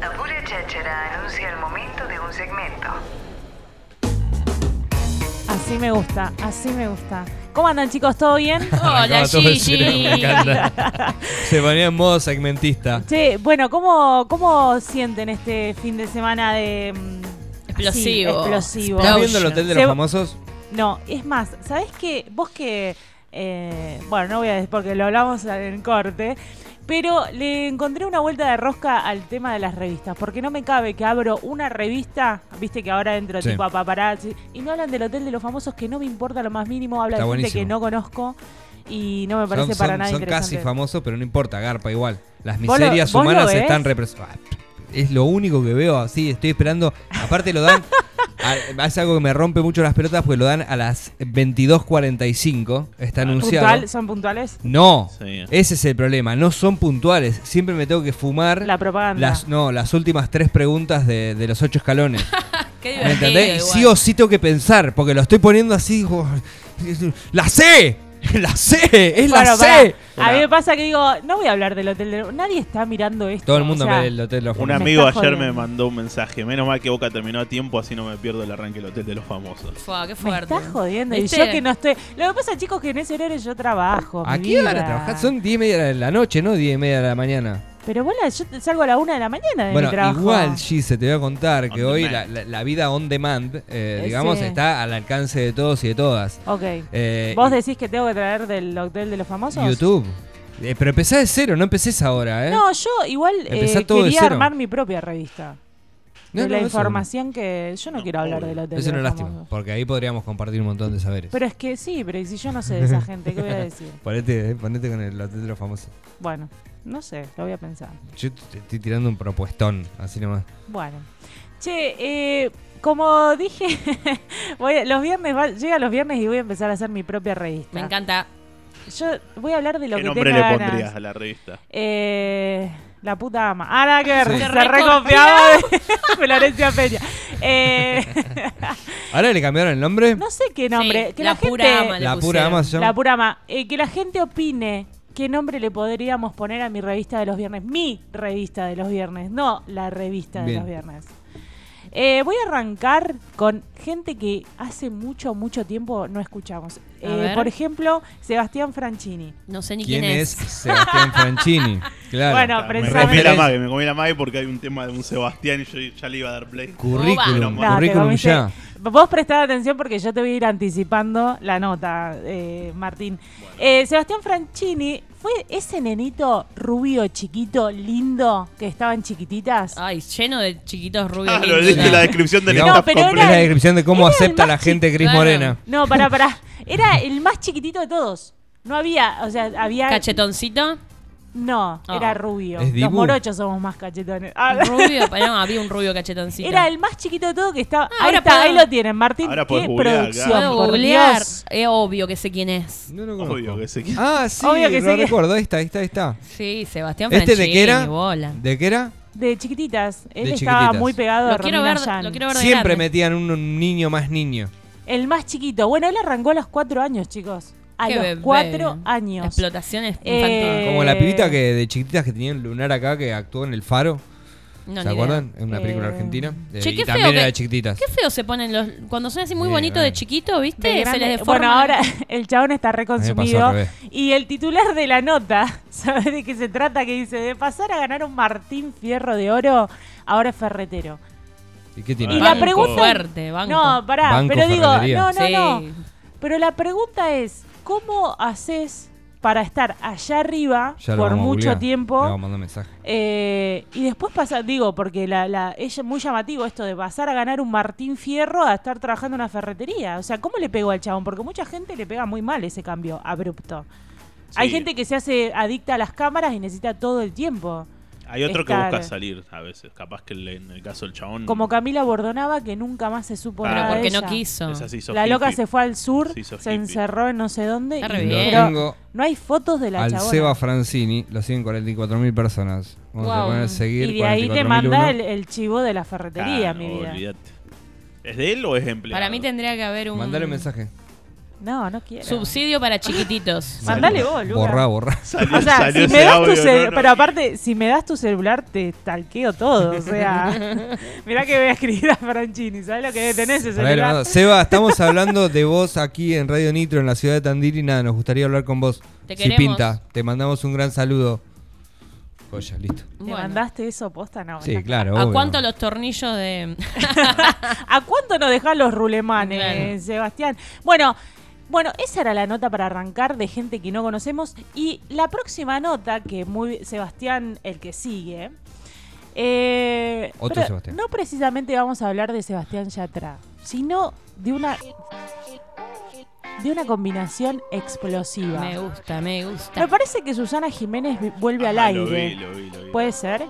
Apuria Cháchara anuncia el momento de un segmento. Así me gusta, así me gusta. ¿Cómo andan chicos? ¿Todo bien? Hola, Arrancaba todo el Gigi. cerebro, me encanta. Se ponía en modo segmentista. Che, bueno, ¿cómo, ¿cómo sienten este fin de semana de... mm, Explosivo. así, explosivo. Explosion. ¿Estás viendo el hotel de los Se- famosos? No, es más, ¿sabés qué? Vos que... eh, bueno, no voy a decir porque lo hablamos en corte, pero le encontré una vuelta de rosca al tema de las revistas, porque no me cabe que abro una revista, viste que ahora entro Sí. tipo a paparazzi, y me hablan del hotel de los famosos que no me importa lo más mínimo, habla de Está gente buenísimo. que no conozco y no me parece son para son- nada son interesante. casi famosos, pero no importa, garpa igual. Las ¿Vos lo- miserias vos lo humanas ves? están representadas. Es lo único que veo así, estoy esperando. Aparte lo dan... a- es algo que me rompe mucho las pelotas porque lo dan a las 22.45. Está anunciado. Ah, Puntual, ¿Son puntuales? No, Sí. ese es el problema. No son puntuales. Siempre me tengo que fumar La propaganda. las, no, las últimas tres preguntas de, de los ocho escalones. Qué ¿Me divertido. entendés? Y igual. sí o sí tengo que pensar, porque lo estoy poniendo así. digo, ¡La C! ¡La C! ¡Es Bueno, pará. la C! A mí me pasa que digo, no voy a hablar del hotel de... Nadie está mirando esto. Todo el mundo o sea, me ve el hotel de los Un Me famosos. amigo ayer estás jodiendo. me mandó un mensaje. Menos mal que Boca terminó a tiempo, así no me pierdo el arranque del hotel de los famosos. Fua, qué Me fuerte. estás jodiendo. ¿Viste? Y yo que no estoy... Lo que pasa, chicos, que en ese horario yo trabajo. mi ¿A qué hora vida. trabajás? Son 10 y media de la noche, no 10 y media de la mañana. Pero bueno, yo salgo a la una de la mañana de Bueno, mi trabajo. igual, Gise, te voy a contar que On hoy la, demand. la- la vida on demand, eh, Eh, digamos, sí. está al alcance de todos y de todas. Ok. Eh, ¿Vos y- decís que tengo que traer del hotel de los famosos? YouTube. Eh, pero empezá de cero, no empecés ahora, ¿eh? No, yo igual eh, Empezá todo de quería cero. armar mi propia revista. No, de la no, eso- información que... Yo no, No, quiero hablar obvio. del hotel Eso de no es los lástima, famosos. porque ahí podríamos compartir un montón de saberes. Pero es que sí, pero si yo no sé de esa gente, ¿qué voy a decir? Ponete, eh, ponete con el hotel de los famosos. Bueno, no sé, lo voy a pensar. Yo te estoy tirando un propuestón, así nomás. Bueno. Che, eh, como dije, voy a- los viernes va- llega los viernes y voy a empezar a hacer mi propia revista. Me encanta. Yo voy a hablar de lo ¿Qué que nombre tenga le ganas. pondrías a la revista? Eh, la puta ama. Ah, nada que ver. Sí. Se Se reconfiaba de Florencia Peña. Eh, ¿Ahora le cambiaron el nombre? no sé qué nombre. Sí, que la, la, pura gente, ama le la pura pusieron. ama se llama. La pura ama. Eh, que la gente opine qué nombre le podríamos poner a mi revista de los viernes. Mi revista de los viernes, no la revista de Bien. los viernes. Eh, voy a arrancar con gente que hace mucho, mucho tiempo no escuchamos. A Eh, ver. por ejemplo, Sebastián Franchini. No sé ni ¿Quién, quién, es Sebastián Franchini? Claro. Bueno, Ah, me precisamente- comí la Referencia- mague, me comí la mague porque hay un tema de un Sebastián y yo ya le iba a dar play. Currículum, Oba. No, te currículum comiste- ya. Vos prestad atención porque yo te voy a ir anticipando la nota, eh, Martín. Eh, Sebastián Franchini fue ese nenito rubio, chiquito, lindo, que estaban chiquititas. Ay, lleno de chiquitos rubios. Claro, lindos. leíste Ah, la Claro. descripción del Digamos, No, staff pero Es completo. era- la descripción de cómo era el acepta más la gente Gris claro. Morena. No, pará, pará. Era el más chiquitito de todos. No había, o sea, había. Cachetoncito. no, Oh. era rubio. ¿Es Los Dibu? morochos somos más cachetones. Ah, Rubio. pa- No, había un rubio cachetoncito. Era el más chiquito de todo que estaba. Ah, ahí ahora está, puedo- ahí lo tienen, Martín. Ahora qué podés googlear, producción, Puedo claro. por googlear. Dios. Es obvio que sé quién es. No lo Obvio que sí. Ah, sí, Obvio que lo sí que- recuerdo. Ahí está, ahí está, ahí está. Sí, Sebastián ¿Este de Franchini, qué era? bola. ¿De qué era? De chiquititas. Él De estaba chiquititas. muy pegado a Lo quiero, Romina ver, Yan. lo quiero ver de Siempre grande. metían un, un niño más niño. El más chiquito. Bueno, él arrancó a los cuatro años, chicos. A Qué los bebé. cuatro años. Explotaciones Eh, infantiles. Como la pibita que de chiquititas que tenía un lunar acá que actuó en El Faro. No, ¿Se ni idea. acuerdan? En una película Eh, argentina. Eh, che, y qué feo también que- era de chiquititas. Qué feo se ponen los. Cuando son así muy Sí, eh. bonitos bueno. de chiquito, ¿viste? De Se grande- les deforma. bueno, ahora el chabón está A mí me pasó reconsumido. al revés. Y el titular de la nota, ¿sabes de qué se trata? Que dice, de pasar a ganar un Martín Fierro de Oro, ahora es ferretero. ¿Y qué tiene? Y la Banco. pregunta... Fuerte, banco. No, pará, Banco, pero digo, ferretería. no, no, Sí. no. Pero la pregunta es, ¿cómo haces para estar allá arriba Ya lo por vamos a mucho googlear. Le tiempo? vamos a mandar un mensaje. Eh, y después pasa, digo, porque la, la- es muy llamativo esto de pasar a ganar un Martín Fierro a estar trabajando en una ferretería. O sea, ¿cómo le pegó al chabón? Porque mucha gente le pega muy mal ese cambio abrupto. Hay Sí. gente que se hace adicta a las cámaras y necesita todo el tiempo. Hay otro que Estar- busca salir a veces. Capaz que le- en el caso del Mm. chabón. Como Camila Bordonaba, que nunca más se supo Pero Pero nada de porque no ella. quiso. es así, sos La loca hippie. se fue al sur, Sí, se sos hippie. encerró en no sé dónde. Está y- re Lo bien. pero tengo no hay fotos de la al chabona. Seba Francini, lo siguen 44.000 personas. Vamos a Guau. poner seguir. y de ahí te 44.001. manda el, el chivo de la Ah, ferretería, no, mi vida. olvídate. ¿Es de él o es empleado? Para mí tendría que haber un. Mandale un mensaje. No, no quiero. Subsidio para chiquititos. Mandale vos, Lucas. Borra, borra. Salió, O sea, salió si ese me das tu audio, cel- no, no. Pero aparte, si me das tu celular, te talqueo todo. O sea, mirá que voy a escribir a Franchini. ¿Sabes lo que debe tener ese Pará, le celular? mando- Seba, estamos hablando de vos aquí en Radio Nitro, en la ciudad de Tandil, y nada, nos gustaría hablar con vos. Te si queremos. pinta, te mandamos un gran saludo. Joya, listo. ¿Te Bueno. mandaste eso posta? No. Sí, no. claro. ¿A obvio. cuánto los tornillos de.? ¿A cuánto nos dejás los rulemanes, Claro. Sebastián? Bueno, bueno, esa era la nota para arrancar de gente que no conocemos. Y la próxima nota, que muy Sebastián, el que sigue. eh, Otro pero Sebastián. No precisamente vamos a hablar de Sebastián Yatra, sino de una. De una combinación explosiva. me Me, gusta, me gusta. parece que Susana Jiménez vi- vuelve al Ah, aire. Lo vi, lo vi, lo vi. Puede ser.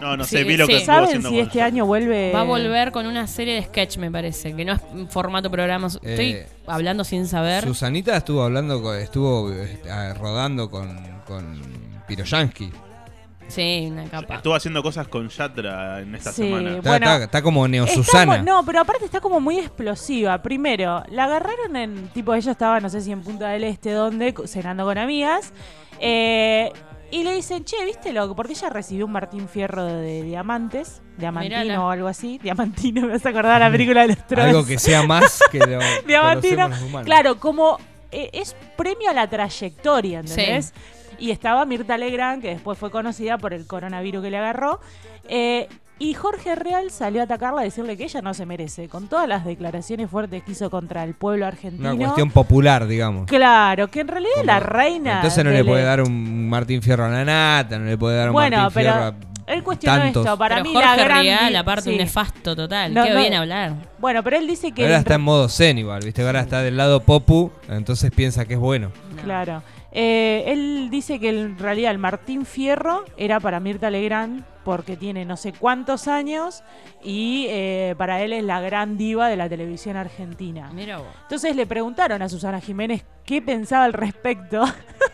no, no Sí, sé, vi lo sí. que estuvo ¿Saben haciendo si con- este año vuelve? Va a volver con una serie de sketch, me parece. Que no es un formato programa. Estoy Eh, hablando sin saber. Susanita estuvo hablando, con- estuvo eh, ah, rodando con, con Piroyansky. Sí, una capa. Estuvo haciendo cosas con Yatra en esta Sí. semana. Está, Bueno, está- está como Neo Está Susana. mu- no, pero aparte está como muy explosiva. Primero, la agarraron en. Tipo, ella estaba, no sé si en Punta del Este, donde, cenando con amigas. eh, y le dicen, che, ¿viste lo Porque ella recibió un Martín Fierro de diamantes. Diamantino Mirala. o algo así. Diamantino, me vas a acordar la película de los Troyes. Algo que sea más que lo Diamantino. conocemos los humanos. Claro, como eh, es premio a la trayectoria, ¿entendés? Sí. Y estaba Mirta Legrand, que después fue conocida por el coronavirus que le agarró. eh, y Jorge Real salió a atacarla a decirle que ella no se merece, con todas las declaraciones fuertes que hizo contra el pueblo argentino. Una cuestión popular, digamos. Claro, que en realidad Como- la reina. Entonces no del- le puede dar un Martín Fierro a Nanata, no le puede dar un Bueno, Martín pero Fierro a él cuestionó tantos. esto. Para Pero mí Jorge la gran. Rial, aparte, sí. un nefasto total. No, Qué no. bien hablar. Bueno, pero él dice que. Ahora en está en modo zen igual, ¿viste? Ahora está del lado popu, entonces piensa que es bueno. No. Claro. Eh, él dice que en realidad el Martín Fierro era para Mirta Legrand porque tiene no sé cuántos años y eh, para él es la gran diva de la televisión argentina. Mira vos. Entonces le preguntaron a Susana Jiménez qué pensaba al respecto.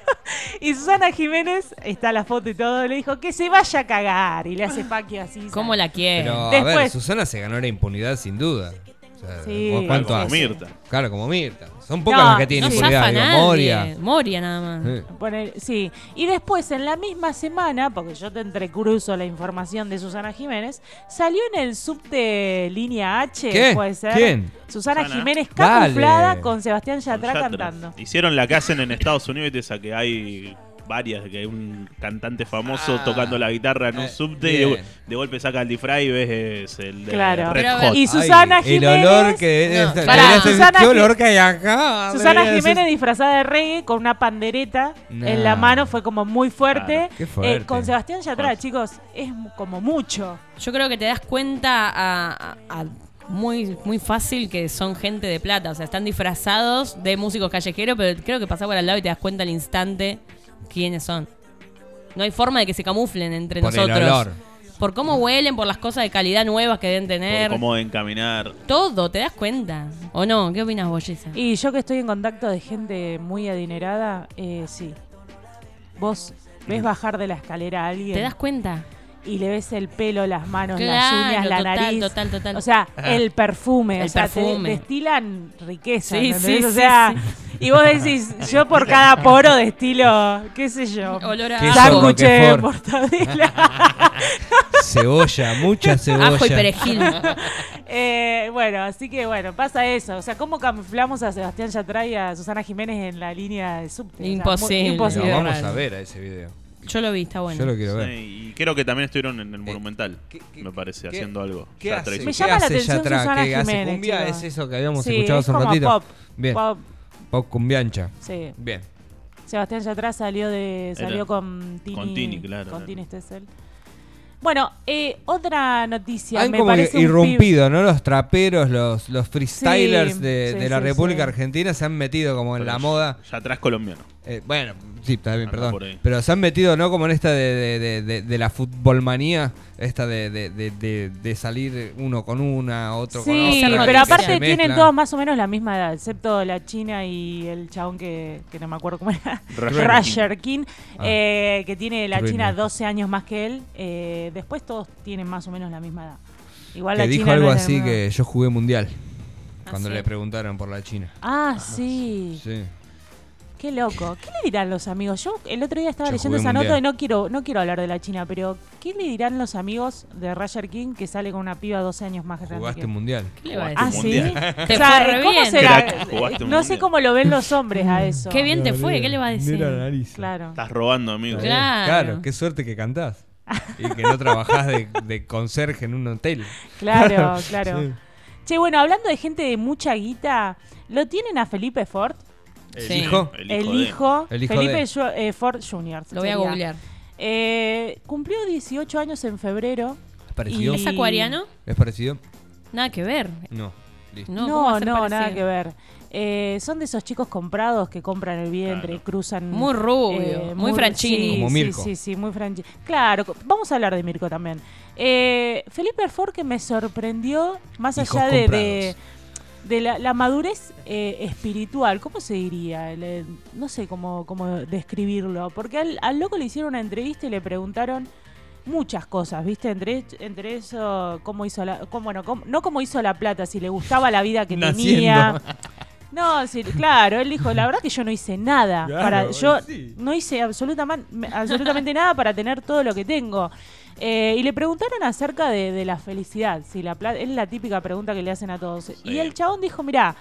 y Susana Jiménez, está la foto y todo, le dijo que se vaya a cagar y le hace paquio así. ¿Cómo la quiere? Pero a Después- ver, Susana se ganó la impunidad sin duda. O sea, Sí. ¿vos Claro, ¿Cuánto como hace? Mirta. Claro, como Mirta. Son pocas No, las que tienen No impunidad, zafa digo, nadie. Moria. Moria nada más. Eh, Poner- sí, y después en la misma semana, porque yo te entrecruzo la información de Susana Jiménez, salió en el subte línea H, ¿Qué? puede ser. ¿Quién? Susana, Susana. Jiménez Dale. camuflada con Sebastián con Yatra, Yatra. cantando. Hicieron la que hacen en Estados Unidos, esa que hay varias, que hay un cantante famoso Ah, tocando la guitarra en un eh, subte y bien. de, de golpe saca el disfraz y ves es el de Claro. Red Pero a ver, Hot. Y Susana Ay, Jiménez. El olor que. No, esta- pará. debería ser- Susana ¿Qué Ji- olor que hay acá? Susana Debería ser- Jiménez disfrazada de reggae con una pandereta No. en la mano fue como muy fuerte. Eh, Qué fuerte. con Sebastián Yatra, chicos, es como mucho. Yo creo que te das cuenta a- a- a muy, muy fácil que son gente de plata. O sea, están disfrazados de músicos callejeros, pero creo que pasás por al lado y te das cuenta al instante quiénes son. No hay forma de que se camuflen entre Por el nosotros. olor. Por cómo huelen, por las cosas de calidad nuevas que deben tener. Por cómo encaminar. Todo, te das cuenta. ¿O no? ¿Qué opinas vos, Jessa? Y yo que estoy en contacto de gente muy adinerada, eh, sí. Vos ves bajar de la escalera a alguien ¿Te das cuenta? y le ves el pelo, las manos, las Claro, uñas, la total, nariz. total, total. O sea, el perfume. El o sea, te- perfume. destilan riqueza. Sí, ¿entendés? sí, o sí, sea, y vos decís, yo por cada poro destilo, qué sé yo. Olor a Qué ajo, sorro. Sándwich de Roquefort. mortadela. Cebolla, mucha cebolla. ajo y perejil. Eh, bueno, así que bueno, pasa eso. O sea, ¿cómo camuflamos a Sebastián Yatra y a Susana Jiménez en la línea de subte? O sea, muy- Imposible. Lo imposible. No, vamos raro. a ver a ese video. Yo lo vi, está bueno. Yo lo quiero ver. Eh, Sí, y creo que también estuvieron en el Monumental, ¿qué- qué- me parece, qué- haciendo algo. ¿Qué Ya hace? traes- Me ¿Qué llama la hace atención Yatra? Susana ¿Qué hace Jiménez, cumbia? chicos. Es eso que habíamos Sí, escuchado es hace un como ratito. pop. Bien, pop, Pop, cumbiancha. sí. Bien. Sebastián Yatra salió de salió Era- con Tini, con Tini, claro. con Tini Stoessel. Bueno, eh, otra noticia. Han me como que parece un irrumpido, ¿no? Los traperos, los, los freestylers Sí, de, sí, de la sí, sí. República Argentina se han metido como en Pero la ya- moda. Ya atrás colombiano. Eh, bueno, sí, está bien, Anda perdón. por ahí. Pero se han metido, ¿no? Como en esta de, de- de- de- de la futbolmanía, esta de, de- de- de- de salir uno con una, pibe. otro con otra. Sí, Conocer que pero noticias. se aparte tienen mezclan. todos más o menos la misma edad, excepto la china y el chabón que, que no me acuerdo cómo era. Roger Rasher King, Ah. eh, que tiene la Trueno. china 12 años más que él. Eh, después todos tienen más o menos la misma edad. Igual Que la dijo china no algo es de así nuevo. que yo jugué mundial. Cuando sí. le preguntaron por la China. Ah, sí. Sí. Qué loco. ¿Qué le dirán los amigos? Yo el otro día estaba Yo leyendo jugué esa mundial. nota y no quiero, no quiero hablar de la China, pero ¿qué le dirán los amigos de Roger King que sale con una piba 12 años más grande? Jugaste que él? mundial. ¿Qué le va a Jugaste Ah, decir? un sí. mundial. O Te sea, fue re ¿cómo bien. será? Crack, jugaste un No sé mundial. cómo lo ven los hombres a eso. Qué bien te fue, ¿qué le va a decir? Claro. Estás robando, amigo. Claro. Ah. Claro, qué suerte que cantás. Y que no trabajás de, de conserje en un hotel. Claro, claro. Sí. Che, bueno, hablando de gente de mucha guita, ¿lo tienen a Felipe Ford? ¿El Sí. hijo? El El hijo. hijo, de- El hijo Felipe de- Yo- eh, Ford Jr. Lo voy a sería. googlear. Eh, cumplió 18 años en febrero. ¿Es parecido? Y- ¿Es acuariano? ¿Es parecido? Nada que ver. No. Listo. No, ¿cómo No, va a ser no, parecido? nada que ver. Eh, son de esos chicos comprados que compran el vientre, y Claro. cruzan. eh, Muy rubio, muy Franchini. sí, Como sí, Mirko. Sí, sí, muy Franchini. Claro, co- vamos a hablar de Mirko también. Eh, Felipe Ford que me sorprendió, más Hijos allá de, de, comprados. de la, la madurez eh, espiritual, ¿cómo se diría? El, eh, no sé cómo, cómo describirlo, porque al, al loco le hicieron una entrevista y le preguntaron muchas cosas, ¿viste? Entre, entre eso, cómo hizo la. cómo- bueno, cómo- no cómo hizo la plata, si le gustaba la vida que tenía. Naciendo. No, sí, claro, él dijo, la verdad que yo no hice nada. Claro, para, yo sí. no hice absolutamente, absolutamente nada para tener todo lo que tengo. Eh, y le preguntaron acerca de, de la felicidad. Si la plata, es la típica pregunta que le hacen a todos. Y el chabón dijo, mirá,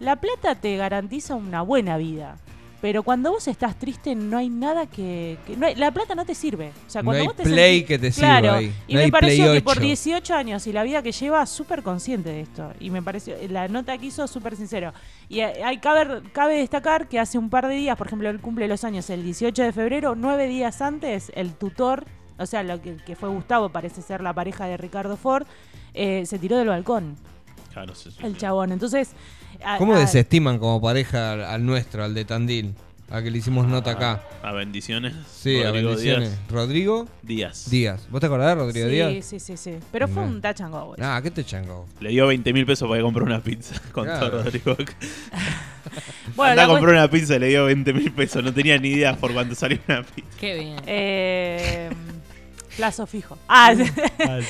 la plata te garantiza una buena vida. Pero cuando vos estás triste no hay nada que... que- no hay- la plata no te sirve. O sea, No cuando hay vos te play sentís- que te sirva claro, ahí. Y No me hay pareció Play que por 8. 18 años y la vida que lleva, súper consciente de esto. Y me pareció, la nota que hizo, súper sincero. Y eh, hay, cabe, cabe destacar que hace un par de días, por ejemplo, él cumple los años el 18 de febrero, nueve días antes, el tutor, o sea, lo que, que fue Gustavo, parece ser la pareja de Ricardo Ford, eh, se tiró del balcón, Claro, sí, sí, el sí. chabón. Entonces... a- ¿Cómo a- desestiman como pareja al, al nuestro, al de Tandil? A que le hicimos nota acá. A bendiciones. Sí, Rodrigo a bendiciones. Rodrigo Díaz. Díaz. Díaz. ¿Vos te acordás, de Rodrigo Sí, Díaz? sí, sí, sí. Pero fue un touch and go, boludo. Ah, ¿qué te chango? Le dio 20 mil pesos para que comprara una pizza. Con Claro. todo Rodrigo. Bueno, Andá la a comprar cuest- una pizza y le dio 20 mil pesos. No tenía ni idea por cuánto salió una pizza. Qué bien. eh, plazo fijo. Ah, Al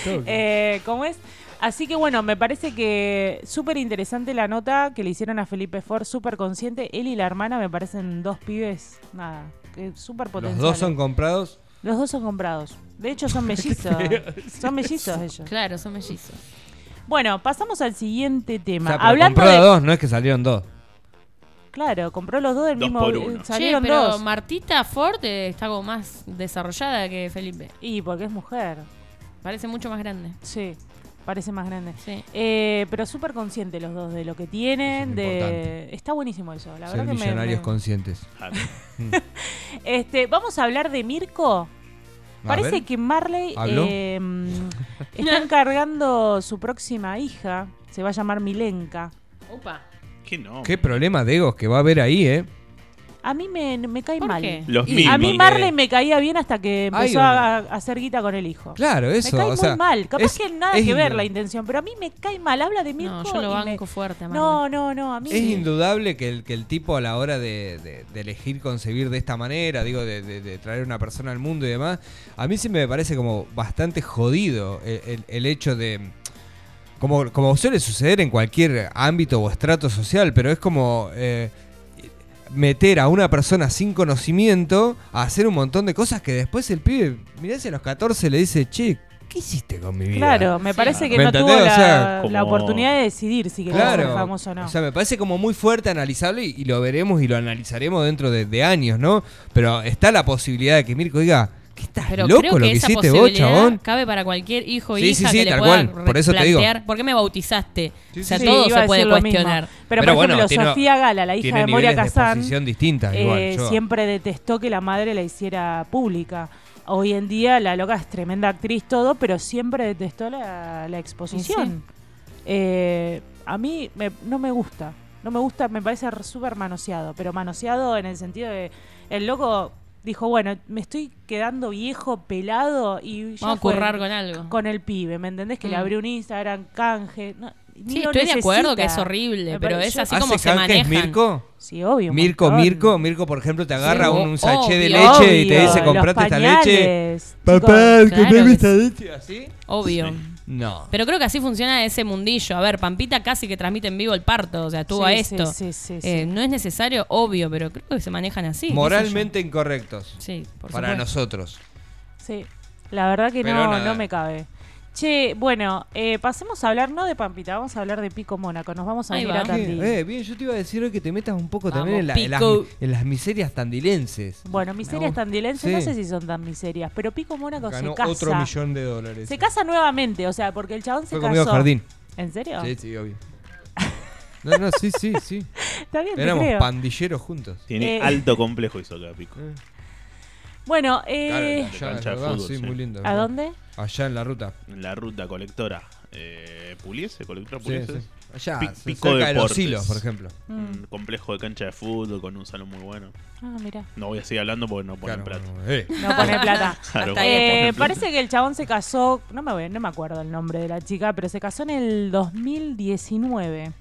toque. eh, ¿cómo es? Así que bueno, me parece que súper interesante la nota que le hicieron a Felipe Ford, súper consciente. Él y la hermana me parecen dos pibes, nada, que súper Los potenciales. dos son comprados. Los dos son comprados. De hecho, son mellizos. son mellizos ellos. Claro, son mellizos. Bueno, pasamos al siguiente O tema. sea, pero Hablando compró a de... dos, no es que salieron dos. Claro, compró los dos del Dos mismo... por eh, uno. Salieron che, pero dos. Martita Ford eh, está como más desarrollada que Felipe. Y porque es mujer. Parece mucho más grande. Sí, parece más grande. Sí. Eh, pero súper conscientes los dos de lo que tienen. Eso es de... importante. Está buenísimo eso, la Ser verdad que me- millonarios me- conscientes. Claro. Este, Vamos a hablar de Mirko. A Parece ver. que Marley ¿Habló? eh, mm, está encargando su próxima hija. Se va a llamar Milenka. Upa. ¿Qué no? Qué problema de egos que va a haber ahí, ¿eh? A mí me, me cae ¿Por mal. qué? Los Y- mil. A mí Porque- Marley me caía bien hasta que Hay empezó una- a, a hacer guita con el hijo. Claro, eso. me cae o muy sea, mal. Capaz es- que nada es que ver indu- la intención, pero a mí me cae mal. Habla de Mirko. No, yo lo y me- banco fuerte, a Marley. No, no, no. A mí Es indudable que el, que el tipo a la hora de, de- de elegir concebir de esta manera, digo, de, de- de traer una persona al mundo y demás, a mí sí me parece como bastante jodido el, el- el hecho de... Como, como suele suceder en cualquier ámbito o estrato social, pero es como eh, meter a una persona sin conocimiento a hacer un montón de cosas que después el pibe, mirá si a los 14 le dice, che, ¿qué hiciste con mi vida? Claro, me Sí. parece que ¿Me no tuvo entendés? O la, sea, como- la oportunidad de decidir si quería Claro. ser famoso o no. O sea, me parece como muy fuerte analizable y, y lo veremos y lo analizaremos dentro de, de años, ¿no? Pero está la posibilidad de que Mirko diga, ¿qué estás Pero loco creo lo que, que, esa hiciste vos, posibilidad chabón? cabe para cualquier hijo Sí, y sí, hija sí, que le tal pueda cual. Por eso te digo. replantear, ¿Por qué me bautizaste? Sí, o sea, sí, iba todo a se decir puede lo mismo. cuestionar. Pero, por ejemplo, Sofía Gala, la hija tiene de Moria niveles Kazán, posición distintas, igual, eh, yo. siempre detestó que la madre la hiciera pública. Hoy en día la loca es tremenda actriz, todo, pero siempre detestó la, la exposición. Eh, a mí me- no me gusta. No me gusta, me parece r- súper manoseado. Pero manoseado en el sentido de. El loco dijo: Bueno, me estoy quedando viejo, pelado y. ya Vamos a fue currar con algo. con el pibe, ¿me entendés? Que le Mm. abrió un Instagram, canje. no, ni Sí, lo estoy de acuerdo necesita. que es horrible, Me pero pare- es yo- así como ¿Hace se canjes manejan. Mirko? Sí, obvio. un Mirko, montón. Mirko, Mirko, por ejemplo, te agarra Sí, un, un sachet de obvio. leche y te dice, Obvio, comprate los esta leche. pañales, Papá, chicos. Claro comprame que esta sí. leche. ¿Así? Obvio. Sí. No. Pero creo que así funciona ese mundillo. A ver, Pampita casi que transmite en vivo el parto, o sea, estuvo Sí, a sí, esto. sí, sí, sí. Eh, no es necesario, obvio, pero creo que se manejan así. qué sé yo. Moralmente incorrectos. Sí, por para supuesto. nosotros. Sí, la verdad que Pero no, nada. no me cabe. Che, bueno, eh, pasemos a hablar no de Pampita, vamos a hablar de Pico Mónaco. Nos vamos a Ahí ir va. a Tandil. Bien, eh, bien, yo te iba a decir hoy que te metas un poco también Vamos, en, la- en las, Pico. en las miserias tandilenses. Bueno, miserias gusta. tandilenses, Sí. no sé si son tan miserias, pero Pico Mónaco Ganó se casa. otro millón de dólares. Se casa nuevamente, o sea, porque el chabón Fue se conmigo casó. al jardín. ¿En serio? Sí, sí, obvio. No, no, sí, sí, sí. Está bien, te Éramos creo. pandilleros juntos. Tiene Eh. alto complejo hizo acá, Pico. Bueno, eh, de Allá, cancha de ¿verdad? fútbol, sí, sí. muy lindo. ¿a dónde? Allá en la ruta. En la ruta colectora. Eh, ¿Puliese? ¿Colectora Sí, Puliese? sí. Allá, Pi- cerca Pico de los Deportes. hilos, por ejemplo. Mm. Un complejo de cancha de fútbol con un salón muy bueno. Ah, mira. No voy a seguir hablando porque no ponen Claro, plata. bueno, eh. No pone plata. Claro, Hasta ahí no Eh, ponen plata. parece que el chabón se casó, no me voy, no me acuerdo el nombre de la chica, pero se casó en el 2019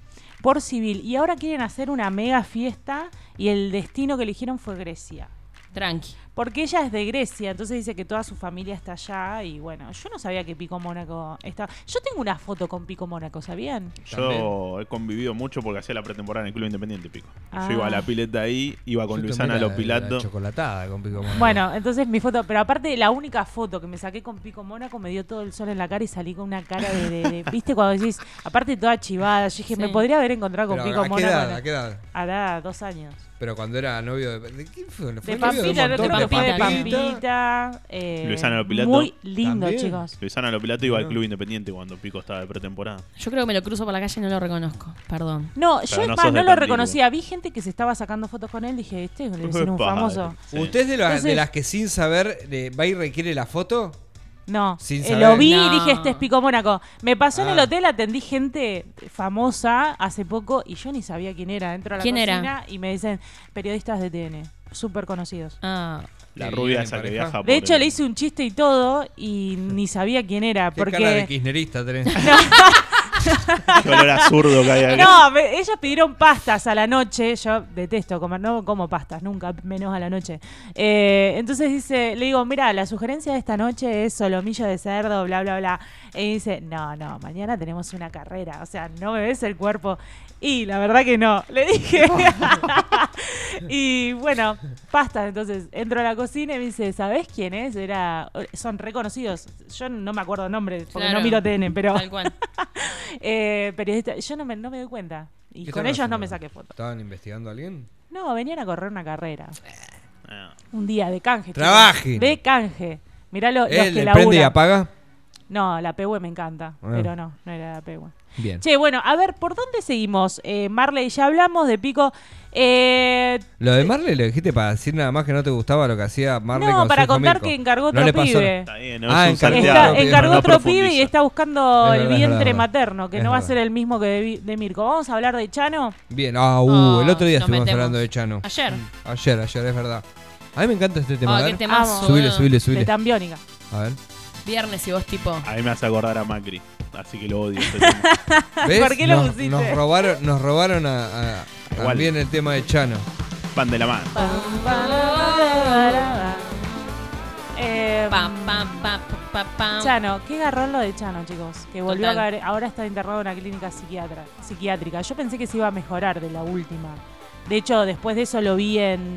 por civil y ahora quieren hacer una mega fiesta y el destino que eligieron fue Grecia. Tranqui. Porque ella es de Grecia, entonces dice que toda su familia está allá y bueno, yo no sabía que Pico Mónaco estaba. Yo tengo una foto con Pico Mónaco, ¿sabían? Yo he convivido mucho porque hacía la pretemporada en el Club Independiente, Pico. Ah. Yo iba a la pileta ahí, iba con Yo Luisana tomé la- Los la Pilatos. chocolatada con Pico Mónaco. Bueno, entonces mi foto, pero aparte la única foto que me saqué con Pico Mónaco me dio todo el sol en la cara y salí con una cara de, de- de- viste cuando decís, aparte toda chivada, yo dije, Sí. me podría haber encontrado con Pero, Pico ¿a qué edad? ¿A Mónaco. qué edad? Hará dos años. Pero cuando era novio de. ¿De quién fue? De ¿Fue novio Pampita, un no montón creo de que fue de Pampita. Pampita. eh, Luisana Lopilato. Muy lindo, También. chicos. Luisana Los Pilatos iba al Club Independiente cuando Pico estaba de pretemporada. Yo creo que me lo cruzo por la calle y no lo reconozco. Perdón. No, Pero yo es no más, sos de no lo Tandil, reconocía. Vi gente que se estaba sacando fotos con él. Dije, este debe ser un Padre. famoso. Sí. ¿Usted es de, las- Entonces- de las que sin saber eh, va y requiere la foto? No, Sin eh, saber. lo vi y No. dije, este es Pico Mónaco. Me pasó en el Ah. hotel, atendí gente famosa hace poco y yo ni sabía quién era. Entro a la ¿Quién era? cocina y me dicen, periodistas de TN, súper conocidos. Ah, La Sí, rubia en esa que pareja. viaja por De hecho, el- le hice un chiste y todo y ni sabía quién era. ¿Qué cara de Porque... kirchnerista tenés? Qué olor a zurdo que hay acá. No, me- ellos pidieron pastas a la noche. Yo detesto comer, no como pastas nunca, menos a la noche. Eh, entonces dice, le digo, mira, la sugerencia de esta noche es solomillo de cerdo, bla, bla, bla. Y dice, no, no, mañana tenemos una carrera. O sea, no me ves el cuerpo. Y la verdad que no, le dije. y bueno, pastas. Entonces entro a la cocina y me dice, ¿sabés quién es? Era, son reconocidos. Yo no me acuerdo nombres porque Claro. no miro TN, pero... tal cual. Eh, periodista, yo no me, no me doy cuenta. Y ¿Qué con estaban ellos no haciendo? me saqué foto. ¿Estaban investigando a alguien? No, venían a correr una carrera. Ah, Un día de canje. chicos. Trabajen. De canje. Mirá lo, los ¿Él que Eh, le prende y laburan. apaga? No, la PW me encanta. Ah. Pero no, no era la PW. Bien. Che, bueno, a ver, ¿por dónde seguimos? Eh, Marley, ya hablamos de Pico. Eh, Lo de Marley lo dijiste para decir nada más que no te gustaba lo que hacía Marley No, con para su hijo contar Mirko. que encargó No otro le pasó- pibe. está bien, no Ah, es un encargó salteado, está, otro pibe, encargó no otro profundiza. pibe y está buscando Es el verdad, es vientre verdad. materno, que Es no va a verdad. ser el mismo que de, de Mirko. Vamos a hablar de Chano. Bien, ah, uh, el otro día nos estuvimos metemos. hablando de Chano. Mm, Ayer. Ayer, ayer, es verdad. A mí me encanta este tema. Ah, a qué ver. temazo, Amo. subile, boludo. subile, De subile. Tambiónica. A ver. Viernes y vos tipo. A mí me hace acordar a Macri, así que lo odio. ese tema. ¿Ves? ¿Por qué lo nos, pusiste? nos robaron, nos robaron a, a- Igual. también el tema de Chano. Van de la mano. Eh, Pam, pam, pam, pam, pam. Chano, qué garrón lo de Chano, chicos. Que volvió Total. a caer. Ahora está internado en una clínica psiquiatra, psiquiátrica. Yo pensé que se iba a mejorar de la última. De hecho, después de eso lo vi en,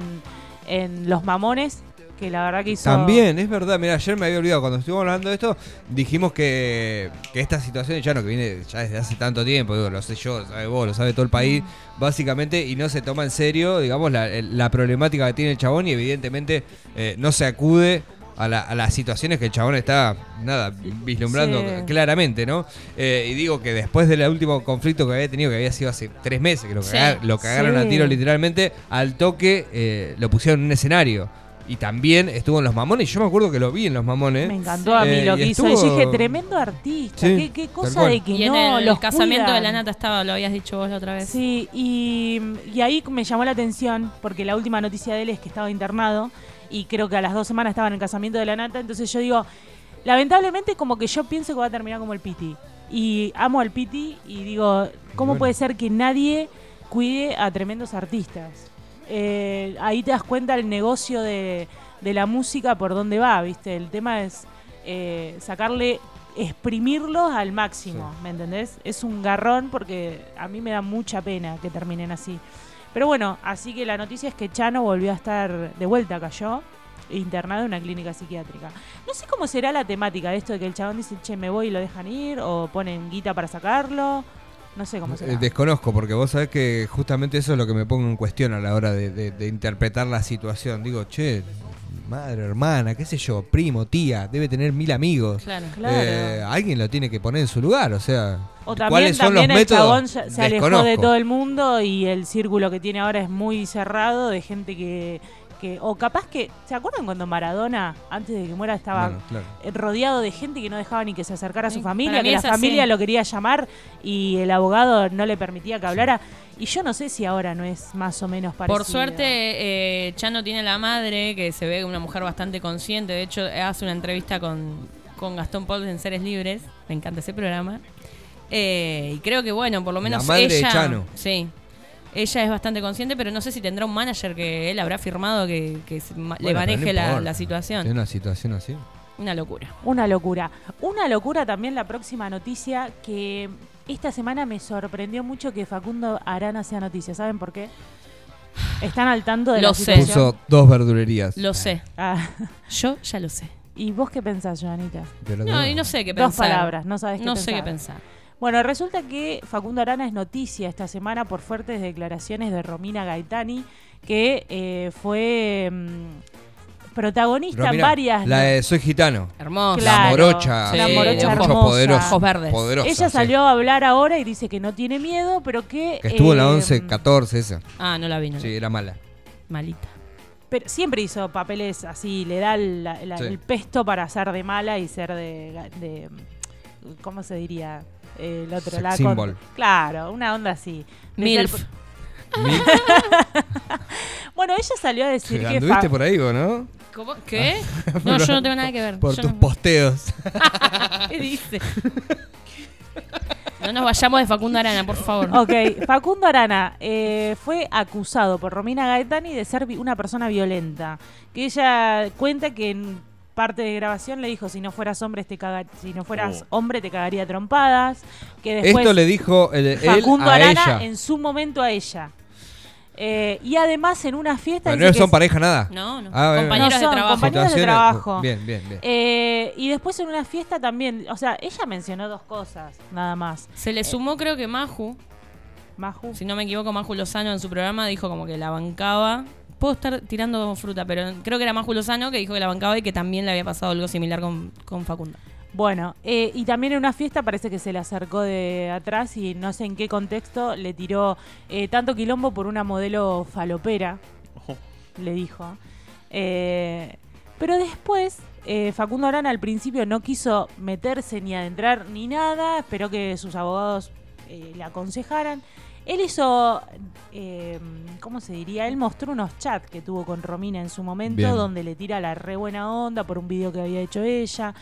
en Los Mamones, que la verdad que hizo. También, es verdad, mira, ayer me había olvidado, cuando estuvimos hablando de esto, dijimos que, que esta situación de Chano, que viene ya desde hace tanto tiempo, digo, lo sé yo, lo sabe vos, lo sabe todo el país, básicamente, y no se toma en serio, digamos, la, el- la problemática que tiene el chabón y evidentemente eh, no se acude a, la- a las situaciones que el chabón está, nada, vislumbrando Sí. claramente, ¿no? Eh, y digo que después del último conflicto que había tenido, que había sido hace tres meses, que lo, Sí. cagar- lo cagaron Sí. a tiro literalmente, al toque eh, lo pusieron en un escenario. Y también estuvo en Los Mamones. Yo me acuerdo que lo vi en Los Mamones. Me encantó a mí Eh, lo y que hizo. estuvo- Y yo dije, tremendo artista. Sí, qué, qué tal cosa cual. de que y en no el los casamiento de la cuidan. nata estaba, lo habías dicho vos la otra vez. Sí, y, y ahí me llamó la atención porque la última noticia de él es que estaba internado y creo que a las dos semanas estaba en el casamiento de la nata. Entonces yo digo, lamentablemente como que yo pienso que va a terminar como el Piti. Y amo al Piti y digo, ¿cómo bueno. puede ser que nadie cuide a tremendos artistas? Eh, ahí te das cuenta el negocio de, de la música por dónde va, ¿viste? El tema es eh, sacarle, exprimirlos al máximo, ¿me entendés? Es un garrón porque a mí me da mucha pena que terminen así. Pero bueno, así que la noticia es que Chano volvió a estar de vuelta, cayó internado en una clínica psiquiátrica. No sé cómo será la temática de esto de que el chabón dice, che, me voy y lo dejan ir, o ponen guita para sacarlo. No sé cómo será. Eh, Desconozco, porque vos sabés que justamente eso es lo que me pongo en cuestión a la hora de, de- de interpretar la situación. Digo, che, madre, hermana, qué sé yo, primo, tía, debe tener mil amigos. Claro. Claro. Eh, alguien lo tiene que poner en su lugar, o sea, o también, ¿cuáles son también los el métodos? chabón ya- se alejó de Desconozco. todo el mundo y el círculo que tiene ahora es muy cerrado de gente que... que o capaz que... ¿Se acuerdan cuando Maradona, antes de que muera, estaba Bueno, claro. eh, rodeado de gente que no dejaba ni que se acercara a su Sí, familia, para mí que la es así. familia lo quería llamar y el abogado no le permitía que hablara. Y yo no sé si ahora no es más o menos parecido. Por suerte, eh, Chano tiene a la madre, que se ve una mujer bastante consciente. De hecho, hace una entrevista con, con Gastón Paul en Seres Libres. Me encanta ese programa. Eh, y creo que, bueno, por lo menos La madre de ella. Chano. Sí. Ella es bastante consciente, pero no sé si tendrá un manager que él habrá firmado que, que se ma- le Bueno, pero no maneje la, importa. la Tiene situación. una situación así. Una locura. Una locura. Una locura también la próxima noticia que esta semana me sorprendió mucho que Facundo Arana sea noticia. ¿Saben por qué? Están al tanto de Lo la sé. situación. Puso dos verdulerías. Lo sé. Ah, Yo ya lo sé. ¿Y vos qué pensás, Joanita? Pero lo No, que- y no sé qué pensar. Dos palabras, no sabes qué No pensar. sé qué pensar. Bueno, resulta que Facundo Arana es noticia esta semana por fuertes declaraciones de Romina Gaetani, que eh, fue mm, protagonista Pero en mirá, varias. La de Soy Gitano. Hermoso. Claro. La morocha. La sí, morocha mucho hermosa. poderosa, Ojos verdes. poderosa, Ella sí. salió a hablar ahora y dice que no tiene miedo, pero que. Que estuvo en la eh, 11, 14, esa. Ah, no la vi, no la Sí, vi. era mala. Malita. Pero siempre hizo papeles así, le da la- la- Sí. el pesto para ser de mala y ser de. de- mm, ¿Cómo se diría? El otro Sex la con- symbol. Claro, una onda así. De Milf. ser- Bueno, ella salió a decir que. Anduviste Fa- por ahí, vos, ¿no? ¿Cómo? ¿Qué? No, yo no tengo nada que ver. Por Yo tus no- posteos. ¿Qué dice? No nos vayamos de Facundo Arana, por favor. Ok, Facundo Arana eh, fue acusado por Romina Gaetani de ser vi- una persona violenta. Que ella cuenta que en parte de grabación le dijo si no fueras hombre te caga- si no fueras hombre te cagaría a trompadas. Que después Oh. Esto le dijo el- él Facundo a Arana ella. en su momento a ella. Eh, y además en una fiesta Pero dice no que son es- pareja nada. No, no. Ah, bueno, compañeros No son de trabajo. compañeros. de Situaciones- trabajo. Bien, bien, bien. eh, y después en una fiesta también, o sea, ella mencionó dos cosas nada más. Se le sumó, creo que Maju. Maju. Si no me equivoco, Maju Lozano en su programa dijo como que la bancaba. Puedo estar tirando fruta, pero creo que era Maju Lozano que dijo que la bancaba y que también le había pasado algo similar con, con Facundo. Bueno, eh, y también en una fiesta parece que se le acercó de atrás y no sé en qué contexto le tiró eh, tanto quilombo por una modelo falopera, Ojo. le dijo. Eh, pero después, eh, Facundo Arana al principio no quiso meterse ni adentrar ni nada, esperó que sus abogados eh, le aconsejaran. Él hizo, eh, ¿cómo se diría? Él mostró unos chats que tuvo con Romina en su momento, Bien. donde le tira la re buena onda por un video que había hecho ella.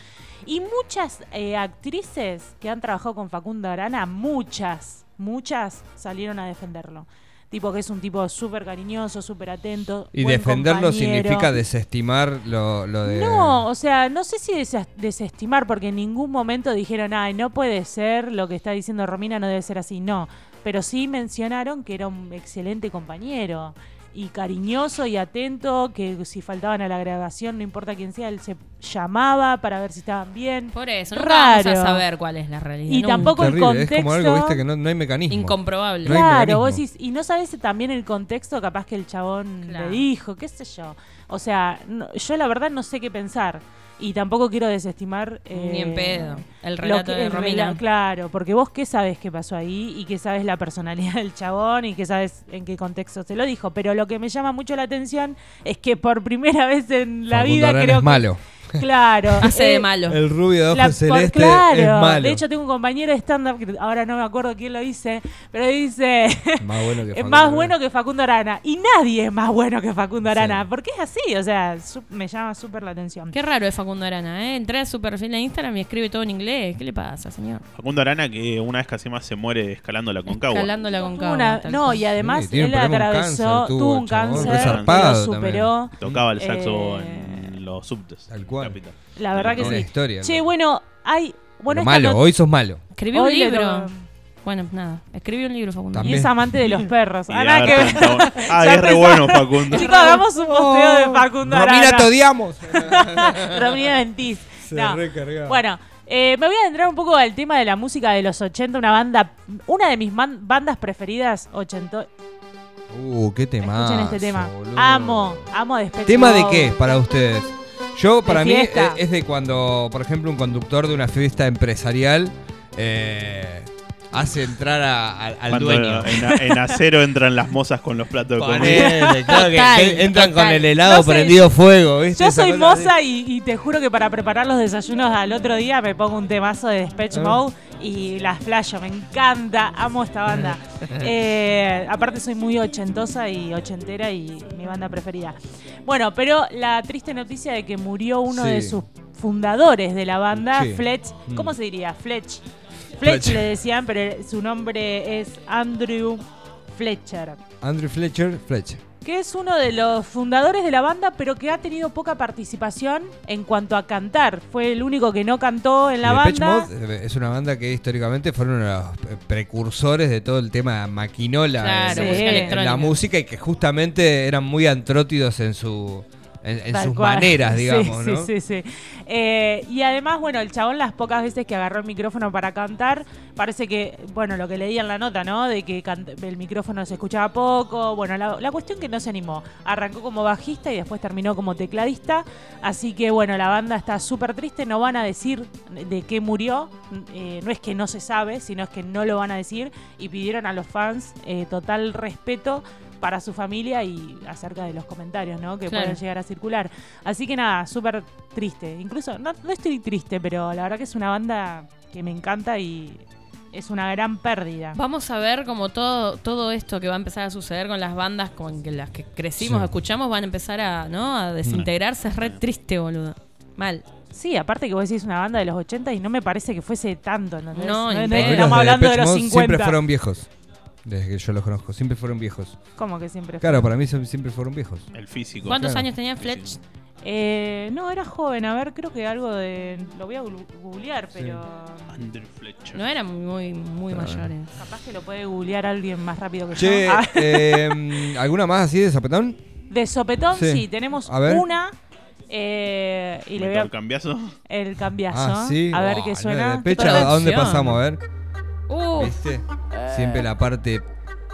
Y muchas eh, actrices que han trabajado con Facundo Arana, muchas, muchas salieron a defenderlo. Tipo que es un tipo súper cariñoso, súper atento. Y buen defenderlo compañero. significa eh, desestimar lo, lo de. No, o sea, no sé si desa- desestimar, porque en ningún momento dijeron, ay, no puede ser, lo que está diciendo Romina no debe ser así, no. Pero sí mencionaron que era un excelente compañero y cariñoso y atento, que si faltaban a la grabación, no importa quién sea, él se llamaba para ver si estaban bien. Por eso, nunca vamos Raro. a saber cuál es la realidad. Y Nunca. tampoco- el Terrible, Es como algo, contexto- viste, que no, no hay mecanismo. Incomprobable. No hay Claro, mecanismo. vos decís, y no sabes también el contexto capaz que el chabón Claro. le dijo, qué sé yo. O sea, no- yo la verdad no sé qué pensar. Y tampoco quiero desestimar. Ni en eh, pedo. El lo relato que- de el Romina. rela- claro, porque vos qué sabes qué pasó ahí y qué sabes la personalidad del chabón y qué sabes en qué contexto se lo dijo. Pero lo que me llama mucho la atención es que por primera vez en la Facundo vida Arana creo es que. malo. Claro. Hace de eh, malo. El rubio de ojos la- por- celeste claro, es malo. de hecho tengo un compañero de stand-up, que ahora no me acuerdo quién lo dice, pero dice, más bueno que es Facundo más Arana. bueno que Facundo Arana. Y nadie es más bueno que Facundo Arana, Sí. porque es así, o sea, su- me llama súper la atención. Qué raro es Facundo Arana, ¿eh? Entra a su perfil de Instagram y escribe todo en inglés. ¿Qué le pasa, señor? Facundo Arana que una vez casi más se muere escalando la concagua. Escalándola con Tuvo cabo. una- no, y además Sí, tiene un él atravesó, problema, un cáncer tuvo, tuvo, un chabón, cáncer, re lo zarpado superó. Tocaba el saxo Eh, en los subtes. Tal cual. Capital. La verdad que sí. Una historia, Che, ¿no? bueno, hay... Bueno, Pero esta malo, not- hoy sos malo. Escribió un hoy le libro. to- Bueno, nada. Escribió un libro, Y Facundo. También. es amante de los perros. Y Ah, de nada haber que ver. plantado- Ah, Ya es re empezó. bueno Facundo. Chicos, hagamos un posteo de Facundo Oh, Romina, Arana. te odiamos. Romina Ventis. Se No. recargaba. Bueno, eh, me voy a adentrar un poco al tema de la música de los 80, una banda, una de mis man- bandas preferidas, 80. Uh, qué tema. Escuchen este tema. Amo, amo de ¿Tema de qué para ustedes? Yo, para mí, eh, fiesta. es de cuando, por ejemplo, un conductor de una fiesta empresarial eh, hace entrar a- a- al Cuando dueño. en, en acero entran las mozas con los platos de comida. Ponele, claro que Total, en- entran total. con el helado No sé, prendido fuego, ¿viste? Yo Esa soy cosa así. moza y, y te juro que para preparar los desayunos al otro día me pongo un temazo de Dispatch Ah. Mode y las flasho. Me encanta, amo esta banda. Eh, aparte soy muy ochentosa y ochentera y mi banda preferida. Bueno, pero la triste noticia de que murió uno Sí. de sus fundadores de la banda, Sí. Fletch. ¿Cómo Mm. se diría? Fletch. Fletch. Fletch. le decían, pero su nombre es Andrew Fletcher Andrew Fletcher, Fletcher. que es uno de los fundadores de la banda, pero que ha tenido poca participación en cuanto a cantar. Fue el único que no cantó en la Y Depeche banda. Mode, eh, es una banda que históricamente fueron uno de los eh, precursores de todo el tema maquinola Claro, en- música en- en electrónica. la música y que justamente eran muy antrótidos en su en, en Tal sus cual. maneras, Sí, digamos, sí, ¿no? Sí, sí, Eh, y además, bueno, el chabón las pocas veces que agarró el micrófono para cantar, parece que, bueno, lo que leía en la nota, ¿no? De que cant- el micrófono se escuchaba poco. Bueno, la, la cuestión que no se animó. Arrancó como bajista y después terminó como tecladista. Así que, bueno, la banda está súper triste. No van a decir de qué murió. Eh, no es que no se sabe, sino es que no lo van a decir. Y pidieron a los fans eh, total respeto para su familia y acerca de los comentarios, ¿no? Que Claro. pueden llegar a circular. Así que nada, súper triste. Incluso, no, no estoy triste, pero la verdad que es una banda que me encanta y es una gran pérdida. Vamos a ver como todo, todo esto que va a empezar a suceder con las bandas con que las que crecimos, Sí. Mm. escuchamos, van a empezar a, ¿no? a desintegrarse. Es re triste, boludo. Mal. Sí, aparte que vos decís una banda de los 80 y no me parece que fuese tanto, ¿entendés? No, ni es que pedo. Los Estamos de hablando de Depeche los Mode 50. Siempre fueron viejos. Desde que yo los conozco, siempre fueron viejos. ¿Cómo que siempre? Claro, para mí son- siempre fueron viejos. El físico. ¿Cuántos claro. años tenía Fletch? Eh, no, era joven, a ver, creo que algo de... Lo voy a gu- googlear, pero... Andrew Fletcher. No eran muy, muy Claro. mayores. Capaz que lo puede googlear alguien más rápido que Che, yo. Ah, eh, ¿alguna más así de zapatón? de sopetón, sí, sí. tenemos A ver. una... eh, y le voy a... ¿Metal cambiazo? El cambiazo. Ah, sí. A ver Oh, qué no, suena. Depeche, Toda ¿A dónde acción. pasamos? A ver, Uh, ¿viste? Siempre la parte Eh,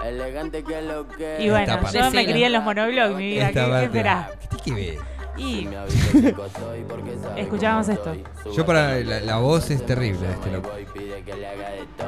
Elegante que lo que. Y bueno, Esta parte. yo me Decilo. crié en los monoblogs, mi vida. ¿Qué, Esta qué parte. esperás? ¿Qué tiene que ver? Y Escuchamos Escuchamos esto. esto. Yo para la, la voz es terrible de este loco.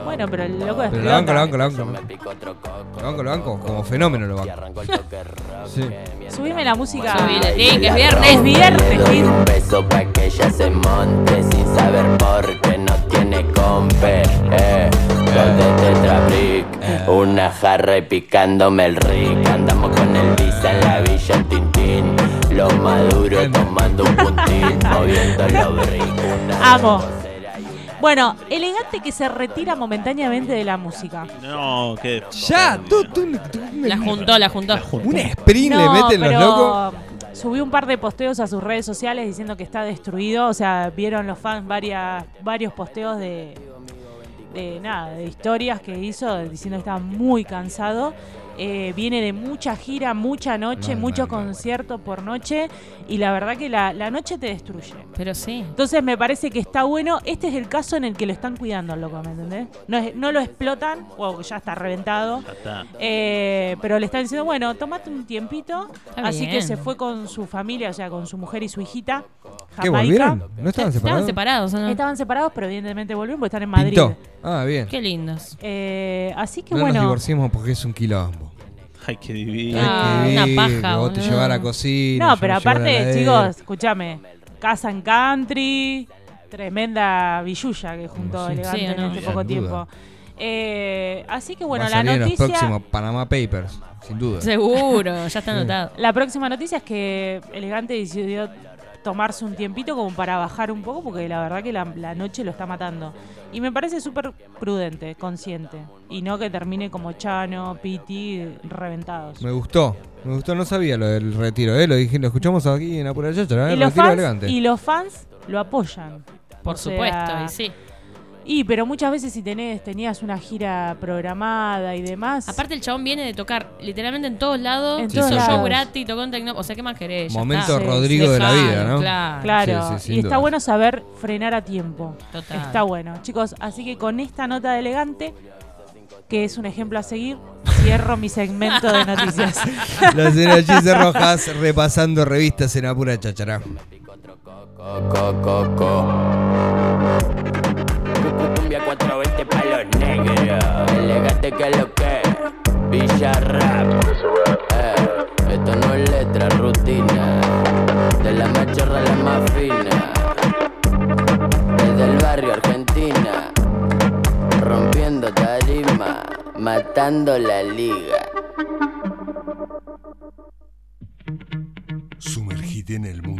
bueno, pero el loco Pero lo banco, explota. lo banco, lo banco. ¿no? Lo banco, lo banco, como fenómeno lo banco. Sí. eh, Subime la música. Subile, sí, que es Es viernes. viernes, Doy Gil. un beso pa' que ella se monte sin saber por qué no tiene compe. Eh, dos de Tetra Brick, una jarra y picándome el rick. Andamos con el Lisa en la villa en Tintín. Los maduros tomando un puntín, moviendo los brick. Una Amo. reposera y una Bueno, elegante que se retira momentáneamente de la música. No, qué. Ya, tú, tú, tú me- la juntó, la juntó. un sprint le No, meten los locos. pero subí un par de posteos a sus redes sociales diciendo que está destruido. O sea, vieron los fans varias, varios posteos de, de nada, de historias que hizo diciendo que estaba muy cansado. Eh, viene de mucha gira, mucha noche, Mal, mucho mal, mal. concierto por noche y la verdad que la, la noche te destruye. Pero sí. Entonces me parece que está bueno. Este es el caso en el que lo están cuidando, al loco, ¿me entendés? No, es- no lo explotan, wow, ya está reventado. Ya está. Eh, pero le están diciendo, bueno, tomate un tiempito. Está Así bien. que se fue con su familia, o sea, con su mujer y su hijita. ¿Qué, Jamaica. volvieron? ¿No estaban Estaban separados? separados, ¿o ¿no? Estaban separados, pero evidentemente volvieron porque están en Madrid. Pintó. Ah, bien. Qué lindos. Eh, así que No nos bueno, divorciamos porque es un quilombo. Ay, qué divino. Ah, Hay que una vivir, paja, que Vos te boludo. llevar a la cocina. No, yo pero me llevar a la aparte, heladera. chicos, escúchame. Casa and Country, tremenda billulla que juntó Sí. Elegante Sí, ¿o no? en este Sin poco duda. tiempo. Eh, así que bueno, Va a la salir noticia... en los próximos Panama Papers, sin duda. Seguro, ya está anotado. La próxima noticia es que Elegante decidió tomarse un tiempito como para bajar un poco, porque la verdad que la, la noche lo está matando. Y me parece súper prudente, consciente. Y no que termine como Chano, Piti, reventados. Me gustó, me gustó, no sabía lo del retiro, ¿eh? Lo, dije, lo escuchamos aquí en Apura Chacha, ¿eh? y, El los retiro fans, elegante. y los fans lo apoyan. Por O sea, supuesto, y sí. Y pero muchas veces si tenés, tenías una gira programada y demás. Aparte el chabón viene de tocar literalmente en todos lados, En hizo todos show lados. gratis, tocó en Tecno, o sea, ¿qué más querés? Ya Momento Sí, está. Rodrigo de la Dejalo, vida, ¿no? Claro. Claro, Sí, sí, sin y está duda. bueno saber frenar a tiempo. Total. Está bueno, chicos. Así que con esta nota de elegante, que es un ejemplo a seguir, cierro mi segmento de noticias. La señora Gise Rojas repasando revistas en Apura Chachará. Coco, coco. Cumbia 420 pa' los negros. Elegante que lo que. Villa rap. Eh, esto no es letra, rutina. De la más chorra a la más fina. Desde el barrio Argentina. Rompiendo tarima. Matando la liga. Sumergite en el mundo.